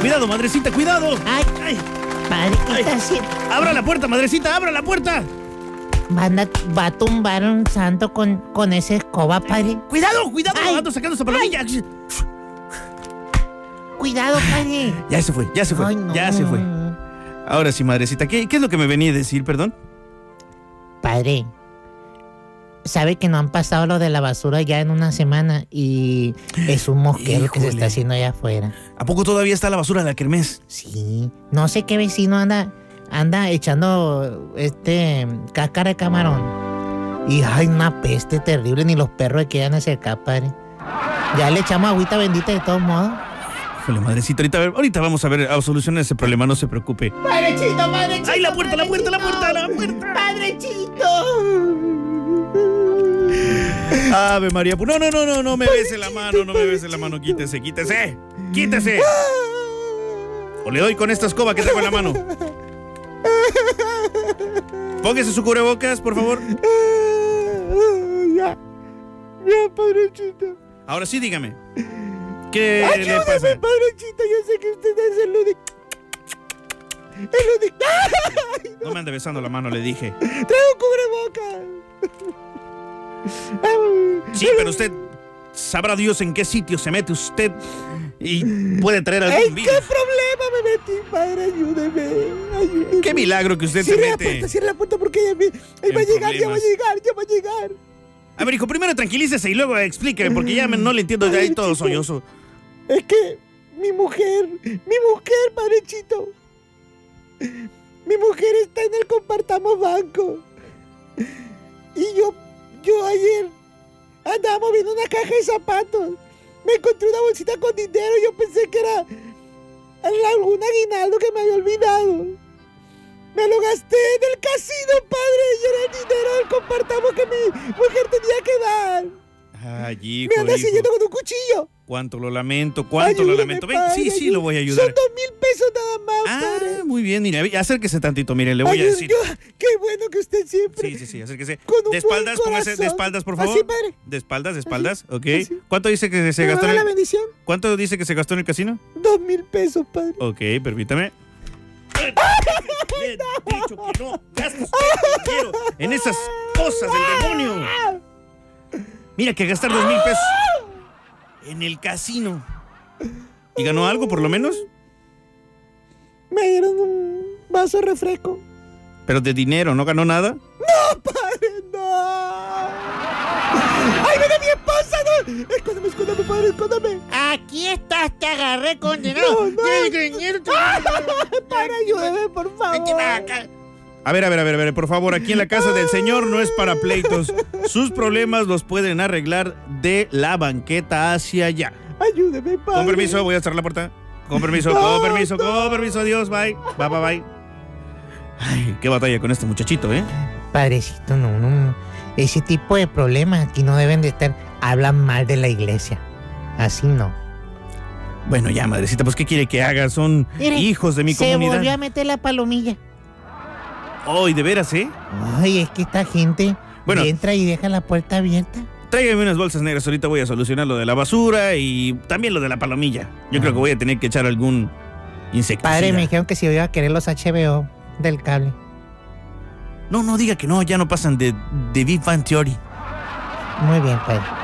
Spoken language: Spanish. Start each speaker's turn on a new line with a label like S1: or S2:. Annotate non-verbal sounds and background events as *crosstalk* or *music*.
S1: Cuidado, madrecita, cuidado.
S2: Ay,
S1: Ay,
S2: padre, ¿qué
S1: Ay.
S2: está haciendo?
S1: abra la puerta, madrecita, abra la puerta.
S2: Van a- va a tumbar un santo con, con esa escoba, padre.
S1: Cuidado, cuidado.
S2: Ay.
S1: Ando sacando esa palomilla.
S2: Cuidado, padre.
S1: Ya se fue, ya se fue,
S2: Ay, no.
S1: ya se fue. Ahora sí, madrecita, ¿qué, qué es lo que me venía a decir, perdón?
S2: Padre, sabe que no han pasado lo de la basura ya en una semana y es un mosquero que se
S1: Híjole.
S2: está haciendo allá afuera.
S1: ¿A poco todavía está la basura de la kermés?
S2: Sí, no sé qué vecino anda, anda echando este cáscara de camarón. Y hay una peste terrible, ni los perros que quedan cerca, padre. Ya le echamos agüita bendita de todos modos.
S1: Híjole, madrecita, ahorita, a ver- ahorita vamos a ver a solucionar ese problema, no se preocupe.
S2: ¡Padrechito, padrechito!
S1: ¡Ay, la puerta, la puerta, la puerta, la puerta!
S2: ¡Padrechito!
S1: Ave María, pu- no, no, no, no, no me bese la mano, no me bese la mano, quítese, quítese, quítese. O le doy con esta escoba que tengo en la mano. Póngase su cubrebocas, por favor.
S3: Ya, ya, padrecito.
S1: Ahora sí, dígame. ¿Qué le
S3: Ayúdame,
S1: pasa?
S3: padrecito. Yo sé que usted es el de... El de...
S1: ¡Ah,
S3: ¡Ay!
S1: No me ande besando la mano, le dije.
S3: Traigo cubrebocas. *laughs* Ay,
S1: Sí, pero usted sabrá Dios en qué sitio se mete usted y puede traer algún
S3: ¿En qué
S1: virus.
S3: problema me metí, padre? Ayúdeme. ayúdeme.
S1: Qué milagro que usted se
S3: Cierra la
S1: mete.
S3: puerta, cierra la puerta porque ya me- ahí va a
S1: En
S3: llegar, ya va a
S1: problemas.
S3: llegar, ya va a llegar.
S1: A ver, hijo, primero tranquilícese y luego explíqueme, porque ya me- no le entiendo, ya ahí todo sollozo.
S3: Es que mi mujer, mi mujer, padrechito. Mi mujer está en el compartamos banco. Y yo, yo ayer andaba moviendo una caja de zapatos. Me encontré una bolsita con dinero. Yo pensé que era algún aguinaldo que me había olvidado. Me lo gasté en el casino, padre. Y era el dinero del compartamos que mi mujer tenía que dar.
S1: Ay, hijo,
S3: Me anda
S1: hijo.
S3: siguiendo con un cuchillo.
S1: Cuánto lo lamento, cuánto lo
S3: Ayúdame,
S1: lamento. Ven, sí,
S3: padre,
S1: sí, lo voy a
S3: Son
S1: ayudar.
S3: dos mil pesos nada más,
S1: Ah,
S3: padre.
S1: muy bien, mire, acérquese tantito, mire, le voy a
S3: Ayú-
S1: decir.
S3: yo- qué bueno que usted siempre.
S1: Sí, sí, sí, acérquese.
S3: Con un
S1: De espaldas,
S3: buen
S1: póngase de
S3: corazón.
S1: espaldas, por
S3: Así,
S1: favor.
S3: padre.
S1: De espaldas, de
S3: Así,
S1: espaldas, ok.
S3: así.
S1: ¿Cuánto dice que se
S3: ¿Me
S1: gastó
S3: da
S1: en
S3: la
S1: el,
S3: bendición?
S1: ¿Cuánto dice que se gastó en el casino?
S3: Dos mil pesos, padre.
S1: Ok,
S3: *laughs*
S1: permítame. Le he dicho que no gaste usted dinero en esas cosas del demonio. Mira que gastar dos mil pesos en el casino. ¿Y ganó algo por lo menos?
S3: Me dieron un vaso de refresco. *laughs*
S1: Pero de dinero, ¿no ganó nada?
S3: ¡No, padre, no! ¡Ay, viene mi esposa! ¡No! ¡Escóndame, escóndame, padre, escóndame!
S2: Aquí estás, te agarré con dinero.
S3: No, no.
S2: Tienes dinero, te-
S3: ¡Padre, ayúdeme, por
S2: Vete para
S3: favor!
S2: acá.
S1: A ver, a ver, a ver, a ver, por favor, aquí en la casa del señor no es para pleitos. Sus problemas los pueden arreglar de la banqueta hacia allá.
S3: ¡Ayúdeme, padre!
S1: Con permiso, voy a cerrar la puerta. Con permiso, con
S3: No,
S1: permiso, con permiso, adiós, bye. Bye, bye, bye. Ay, qué batalla con este muchachito, ¿eh?
S2: Padrecito, no, no. Ese tipo de problemas aquí no deben de estar. Hablan mal de la iglesia. Así no.
S1: Bueno, ya, madrecita, pues, ¿qué quiere que haga? Son
S2: Mire,
S1: hijos de mi
S2: Se volvió
S1: comunidad.
S2: a meter la palomilla.
S1: Hoy, de veras, ¿eh?
S2: Ay, es que esta gente
S1: Bueno.
S2: entra y deja la puerta abierta.
S1: Tráigame unas bolsas negras, ahorita voy a solucionar lo de la basura y también lo de la palomilla. Yo creo que voy a tener que echar algún insecticida.
S2: Padre, me dijeron que si yo iba a querer los HBO del cable.
S1: No, no diga que no, ya no pasan de, de Big Bang Theory.
S2: Muy bien, pues. padre.